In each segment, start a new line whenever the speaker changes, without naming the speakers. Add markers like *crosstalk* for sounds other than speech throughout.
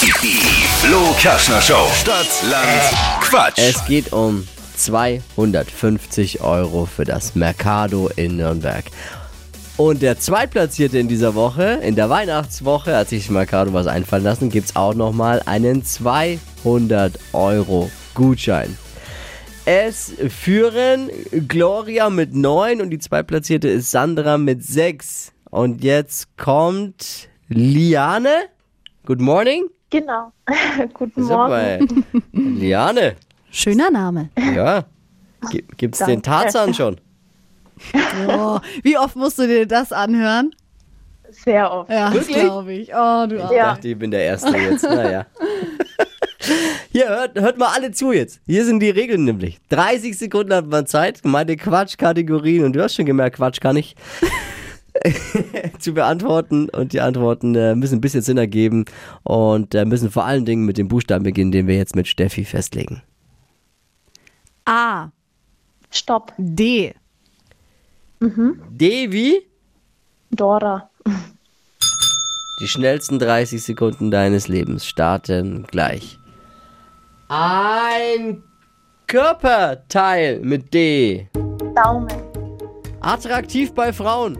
Die Flo Kaschner Show. Stadt, Land, Quatsch.
Es geht um 250 Euro für das Mercado in Nürnberg. Und der Zweitplatzierte in dieser Woche, in der Weihnachtswoche, hat sich Mercado was einfallen lassen, gibt es auch nochmal einen 200 Euro Gutschein. Es führen Gloria mit 9 und die Zweitplatzierte ist Sandra mit 6. Und jetzt kommt Liane. Good morning.
Genau. *laughs* Guten Morgen.
Super. Liane.
Schöner Name.
Ja. Gi- Gibt's den Tarzan schon?
Oh, wie oft musst du dir das anhören?
Sehr oft.
Ja, das
Wirklich?
glaube ich. Oh, du auch.
Ich
Ja.
dachte, ich bin der Erste jetzt. Naja. Hier, hört, hört mal alle zu jetzt. Hier sind die Regeln nämlich. 30 Sekunden hat man Zeit, meine Quatschkategorien, und du hast schon gemerkt, Quatsch kann ich, *laughs* zu beantworten. Und die Antworten äh, müssen ein bisschen Sinn ergeben und äh, müssen vor allen Dingen mit dem Buchstaben beginnen, den wir jetzt mit Steffi festlegen.
A,
Stopp.
D,
D wie?
Dora.
Die schnellsten 30 Sekunden deines Lebens starten gleich. Ein Körperteil mit D.
Daumen.
Attraktiv bei Frauen,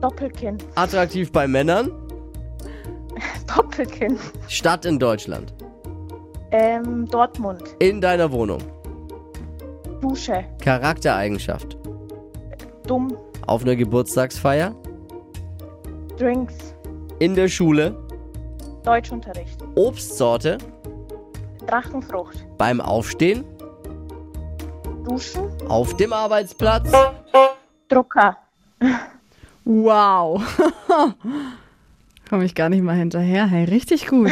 Doppelkinn. *laughs*
attraktiv bei Männern,
Doppelkinn.
Stadt in Deutschland,
Ähm, Dortmund.
in deiner Wohnung,
Dusche.
Charaktereigenschaft,
Dumm.
auf einer Geburtstagsfeier,
Drinks.
in der Schule,
Deutschunterricht.
Obstsorte,
Drachenfrucht.
beim Aufstehen,
Duschen.
auf dem Arbeitsplatz,
Drucker.
Wow. *laughs* Komme ich gar nicht mal hinterher. Hey, richtig gut.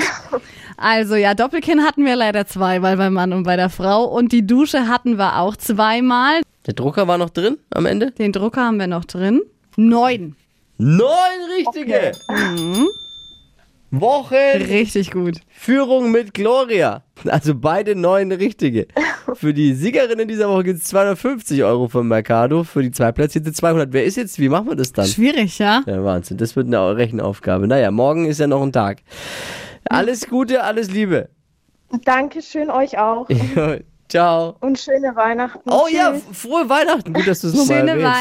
Also ja, Doppelkinn hatten wir leider zweimal beim Mann und bei der Frau. Und die Dusche hatten wir auch zweimal.
der Drucker war noch drin am Ende.
Den Drucker haben wir noch drin. Neun. Mhm.
Neun richtige! Wochen
Richtig gut.
Führung mit Gloria. Also beide neun
*laughs*
richtige. Für die Siegerin in dieser Woche gibt es 250 Euro von Mercado, für die zweitplatzierte 200. Wer ist jetzt? Wie machen wir das dann?
Schwierig, ja?
Ja, Wahnsinn, das wird eine Rechenaufgabe. Naja, morgen ist ja noch ein Tag. Alles Gute, alles Liebe. *laughs*
Dankeschön euch auch.
Ciao.
Und schöne Weihnachten.
Oh
Tschüss.
ja, frohe Weihnachten. Gut, dass du es nochmal
Schöne
erwähnst.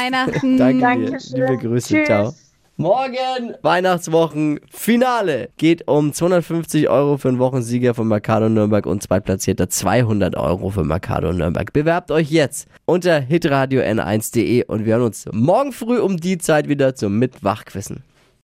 *laughs*
Weihnachten.
Danke
Dankeschön.
dir. Liebe Grüße.
Tschüss.
Ciao. Morgen Weihnachtswochen Finale geht um 250 Euro für einen Wochensieger von Mercado Nürnberg und zweitplatzierter 200 Euro für Mercado Nürnberg. Bewerbt euch jetzt unter hitradio n1.de und wir hören uns morgen früh um die Zeit wieder zum Mitwachquissen.